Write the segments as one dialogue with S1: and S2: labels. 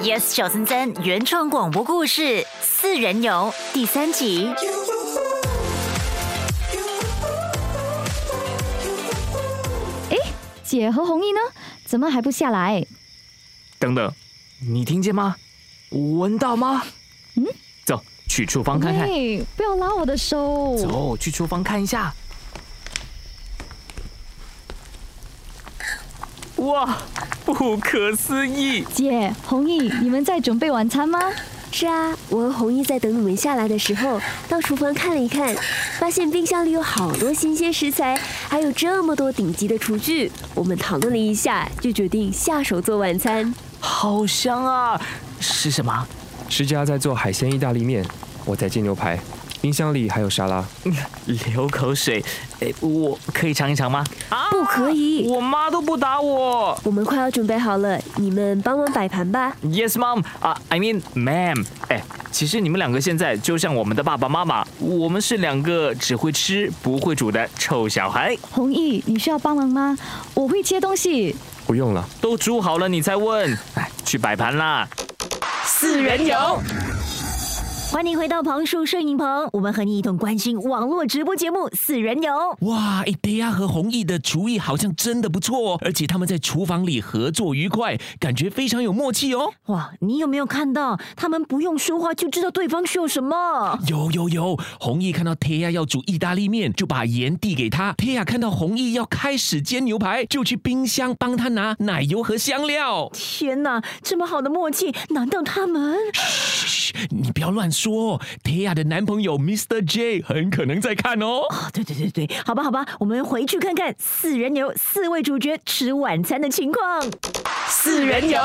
S1: Yes 小森森原创广播故事《四人游》第三集。
S2: 姐和红衣呢？怎么还不下来？
S3: 等等，你听见吗？闻到吗？嗯，走去厨房看看。
S2: 喂，不要拉我的手！
S3: 走去厨房看一下。哇，不可思议！
S2: 姐，红衣，你们在准备晚餐吗？
S4: 是啊，我和红衣在等你们下来的时候，到厨房看了一看，发现冰箱里有好多新鲜食材，还有这么多顶级的厨具。我们讨论了一下，就决定下手做晚餐。
S3: 好香啊！是什么？
S5: 施佳在做海鲜意大利面，我在煎牛排，冰箱里还有沙拉。
S3: 流口水。哎，我可以尝一尝吗？啊，
S4: 不可以！
S3: 我妈都不打我。
S4: 我们快要准备好了，你们帮忙摆盘吧。
S3: Yes, mom. 啊、i mean, ma'am. 哎，其实你们两个现在就像我们的爸爸妈妈，我们是两个只会吃不会煮的臭小孩。
S2: 红衣，你需要帮忙吗？我会切东西。
S5: 不用了，
S3: 都煮好了你才问。哎，去摆盘啦。
S1: 四人游，欢迎回到旁树摄影棚，我们和你一同关心网络直播节目《四人游》。
S6: 哇，哎，贝亚和弘毅的厨艺好像真的不错哦，而且他们在厨房里合作愉快，感觉非常有默契哦。
S1: 哇，你有没有看到他们不用说话就知道对方需要什么？
S6: 有有有，弘毅看到天亚要煮意大利面，就把盐递给他；天亚看到弘毅要开始煎牛排，就去冰箱帮他拿奶油和香料。
S1: 天哪，这么好的默契，难道他们？
S6: 嘘，你不要乱说哦，天亚的男朋友 Mr. J 很可能在看哦。
S1: 啊，对对对对，好吧好吧，我们回去看看四人游四位主角吃晚餐的情况。四人游，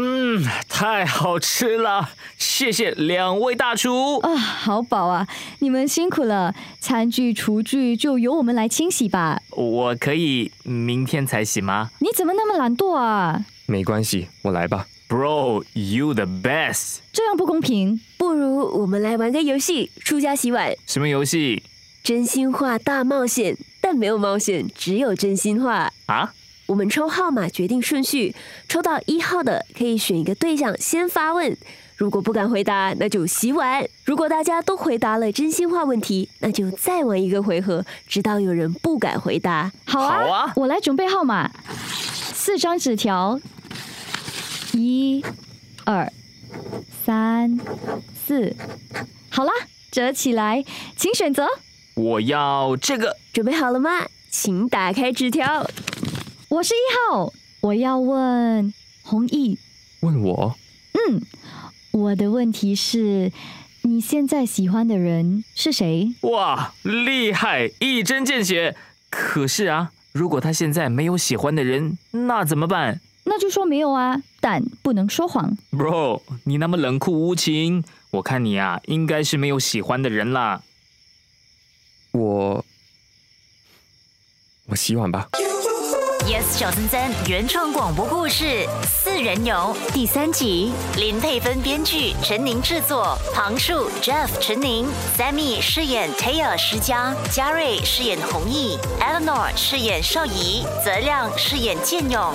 S3: 嗯，太好吃了，谢谢两位大厨。
S1: 哦
S2: 啊，好饱啊！你们辛苦了，餐具、厨具就由我们来清洗吧。
S3: 我可以明天才洗吗
S2: 你怎么那么懒惰啊？
S5: 没关系，我来吧。
S3: ？Bro, you the best。
S2: 这样不公平。
S4: 不如我们来玩个游戏，出家洗碗，
S3: 什么游戏
S4: 真心话大冒险。但没有冒险，只有真心话。
S3: 啊？
S4: 我们抽号码决定顺序，抽到一号的可以选一个对象先发问，如果不敢回答，那就洗碗；如果大家都回答了真心话问题，那就再玩一个回合，直到有人不敢回答。
S2: 好啊，
S3: 好啊
S2: 我来准备号码，四张纸条，一、二、三、四，好啦，折起来，请选择。
S3: 我要这个。
S4: 准备好了吗？请打开纸条。
S2: 我是一号，我要问弘毅，
S5: 问我，
S2: 我的问题是，你现在喜欢的人是谁？
S3: 哇，厉害，一针见血。可是啊，如果他现在没有喜欢的人，那怎么办
S2: 那就说没有啊，但不能说谎。
S3: ？Bro，你那么冷酷无情，我看你啊，应该是没有喜欢的人啦。
S5: 我，我洗碗吧。
S1: Yes 小森森原创广播故事《四人游》第三集，林佩芬编剧，陈宁制作，旁树 Jeff 陈宁，Sammy 饰演 Taya 施佳，嘉瑞饰演弘毅，Eleanor 饰演邵怡，泽亮饰演建勇。